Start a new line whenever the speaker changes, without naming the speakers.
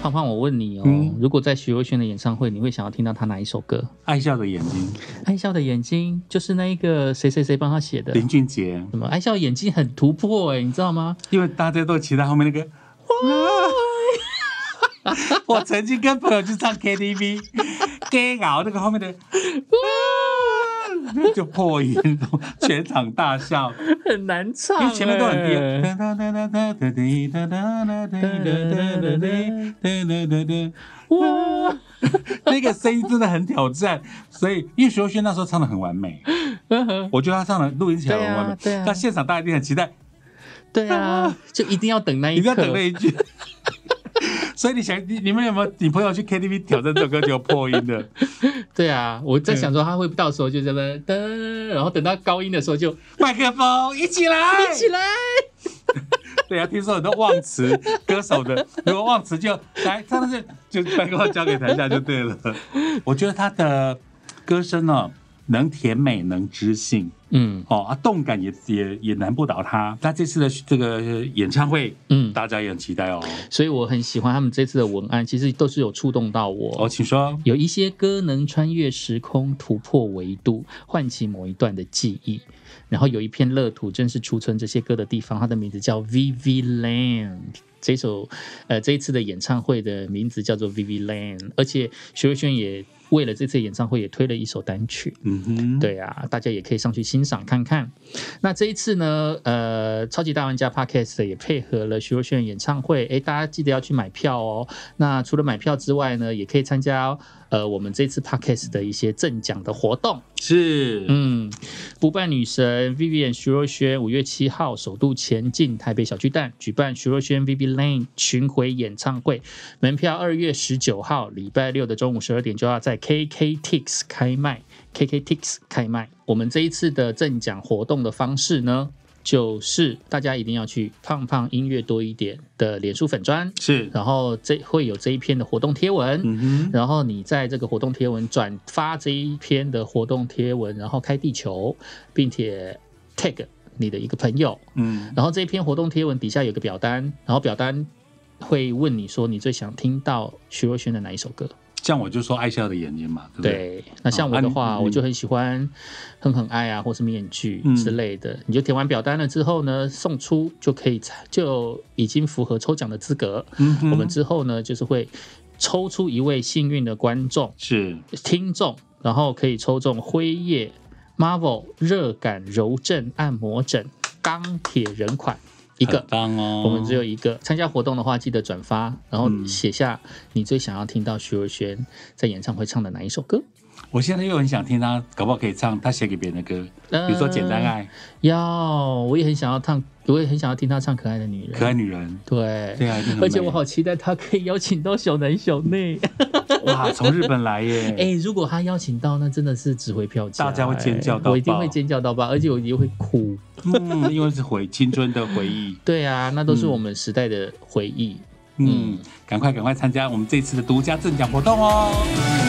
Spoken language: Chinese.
胖胖，我问你哦，
嗯
如果在徐若瑄的演唱会，你会想要听到她哪一首歌？
爱笑的眼睛，
《爱笑的眼睛》就是那一个谁谁谁帮她写的。
林俊杰，
什么？爱笑的眼睛很突破哎、你知道吗？
因为大家都期待后面那个。哇我曾经跟朋友去唱 KTV，给熬那个后面的，哇就破音，全场大笑，
很难唱、
因为前面都很低
哎。
啊。
哇，
那个声音真的很挑战，所以因为徐若瑄那时候唱的很完美，
嗯
我觉得她唱的录音起来很完美
对啊对啊，
但现场大家一定很期待，
对 啊，就一定要等那
你
一
一定
刻。
要等那 一句。所以你想，你你们有没有你朋友去 KTV 挑战这首歌就有破 音的？
对啊，我在想说他会不到时候就这么
嗯
噔，然后等到高音的时候就
麦克风一起来，
一起来。
对啊，听说很多忘词歌手的，如果忘词就来，他们就就麦克风交给台下就对 了。我觉得他的歌声呢、哦，能甜美，能知性
嗯
哦，啊，动感也也也难不倒他。他这次的这个演唱会，
嗯，
大家也很期待哦。
所以我很喜欢他们这次的文案，其实都是有触动到我。
哦，请说。
有一些歌能穿越时空，突破维度，唤起某一段的记忆。然后有一片乐土，正是储存这些歌的地方，它的名字叫 V V Land。这首，呃，这一次的演唱会的名字叫做 V V Land，而且徐若瑄也为了这次演唱会也推了一首单曲。
嗯哼，，
对啊，大家也可以上去欣赏看看。那这一次呢，呃，超级大玩家 Podcast 也配合了徐若瑄的演唱会，诶，大家记得要去买票哦。那除了买票之外呢，也可以参加呃我们这次 Podcast 的一些赠奖的活动。
是，
嗯，不败女神 Vivian 徐若瑄五月七号首度前进台北小巨蛋举办徐若瑄 Vivi Lane 巡回演唱会，门票二月十九号礼拜六的中午十二点就要在 KKTix 开卖，KKTix 开卖。我们这一次的赠奖活动的方式呢，就是大家一定要去胖胖音乐多一点的脸书粉砖，
是，
然后这会有这一篇的活动贴文，
嗯哼，
然后你在这个活动贴文转发这一篇的活动贴文，然后开地球，并且 tag 你的一个朋友，
嗯，
然后这一篇活动贴文底下有个表单，然后表单会问你说你最想听到徐若瑄的哪一首歌？
这样我就说爱笑的眼睛嘛，对不对？
对，那像我的话，
啊你
我就很喜欢《很很爱》啊，或是《面具
嗯》
之类的。你就填完表单了之后呢，送出就可以参就已经符合抽奖的资格。
嗯哼
我们之后呢，就是会抽出一位幸运的观众。
是
听众，然后可以抽中辉夜、Marvel 热感柔震按摩枕、钢铁人款一个
很。棒哦，
我们只有一个。参加活动的话，记得转发，然后
嗯
写下你最想要听到徐若瑄在演唱会唱的哪一首歌。
我现在又很想听他，搞不好可以唱他写给别人的歌，比如说《简单啊
呃
爱》
嗯要，我也很想要唱，我也很想要听她唱《可爱的女人》。
可爱女人》。
对。
对啊，一定很
而且
美
我好期待她可以邀请到小男小妹。
哇，从日本来耶！
哎、如果她邀请到，那真的是值回票价、哎
大家会尖叫到爆
我一定会尖叫到爆，而且我一定会哭。
嗯，因为是回青春的回忆。
对啊，那都是我们时代的回忆。嗯
嗯，赶快赶快参加我们这次的独家赠奖活动哦！